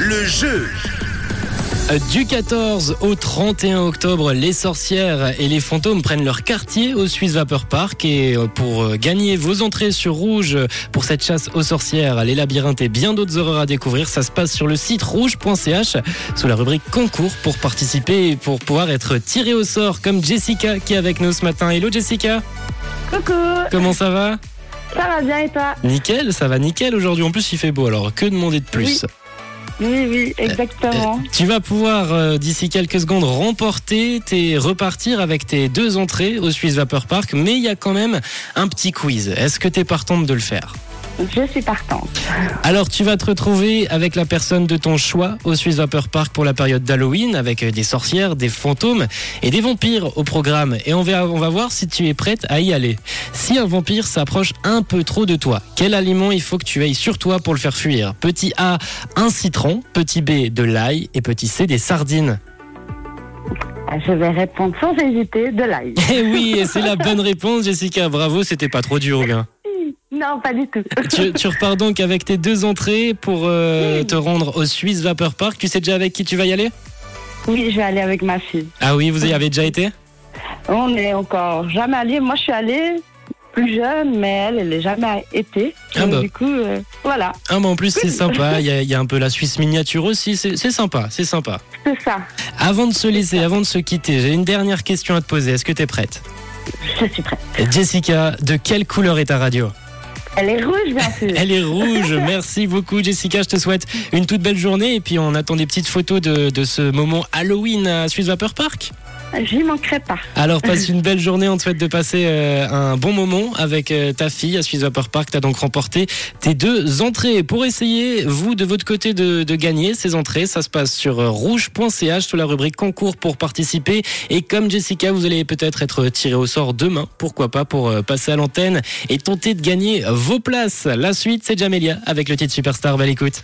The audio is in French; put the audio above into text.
le jeu. Du 14 au 31 octobre, les sorcières et les fantômes prennent leur quartier au Swiss Vapor Park et euh, pour gagner vos entrées sur rouge pour cette chasse aux sorcières, les labyrinthes et bien d'autres horreurs à découvrir, ça se passe sur le site rouge.ch sous la rubrique concours pour participer et pour pouvoir être tiré au sort comme Jessica qui est avec nous ce matin. Hello Jessica, Coucou, comment ça va ça va bien et toi Nickel, ça va nickel aujourd'hui. En plus, il fait beau, alors que demander de plus Oui, oui, exactement. Tu vas pouvoir, euh, d'ici quelques secondes, remporter tes repartir avec tes deux entrées au Swiss Vapor Park, mais il y a quand même un petit quiz. Est-ce que tu es partante de le faire Je suis partante. Alors, tu vas te retrouver avec la personne de ton choix au Swiss Vapor Park pour la période d'Halloween, avec euh, des sorcières, des fantômes et des vampires au programme. Et on va, on va voir si tu es prête à y aller. Si un vampire s'approche un peu trop de toi, quel aliment il faut que tu ailles sur toi pour le faire fuir Petit A, un citron, petit B, de l'ail et petit C, des sardines. Je vais répondre sans hésiter de l'ail. Eh oui, et c'est la bonne réponse, Jessica. Bravo, c'était pas trop dur, bien. Non, pas du tout. Tu, tu repars donc avec tes deux entrées pour euh, Oui. te rendre au Swiss Vapor Park. Tu sais déjà avec qui tu vas y aller Oui, je vais aller avec ma fille. Ah oui, vous y avez déjà été On n'est encore jamais allé. Moi, je suis allée plus jeune, mais elle, elle n'est jamais été. Ah Donc, bah. Du coup, euh, voilà, Ah, mais en plus, c'est sympa. Il y, a- il y a un peu la Suisse miniature aussi. C'est c'est sympa, c'est sympa. c'est ça. Avant de se laisser, avant de se quitter, j'ai une dernière question à te poser. Est-ce que t'es prête Je suis prête. Jessica, de quelle couleur est ta radio Elle est rouge, bien sûr. Elle est rouge. Merci beaucoup, Jessica. Je te souhaite une toute belle journée. Et puis, on attend des petites photos de, de ce moment Halloween à Swiss Vapor Park. J'y manquerai pas. Alors passe une belle journée, on te souhaite de passer euh, un bon moment avec euh, ta fille à Suisse Vapor Park. T'as donc remporté tes deux entrées. Pour essayer, vous de votre côté, de, de gagner ces entrées, ça se passe sur euh, rouge.ch sous la rubrique concours pour participer. Et comme Jessica, vous allez peut-être être tiré au sort demain, pourquoi pas, pour euh, passer à l'antenne et tenter de gagner vos places. La suite, c'est Jamelia avec le titre Superstar. Belle écoute.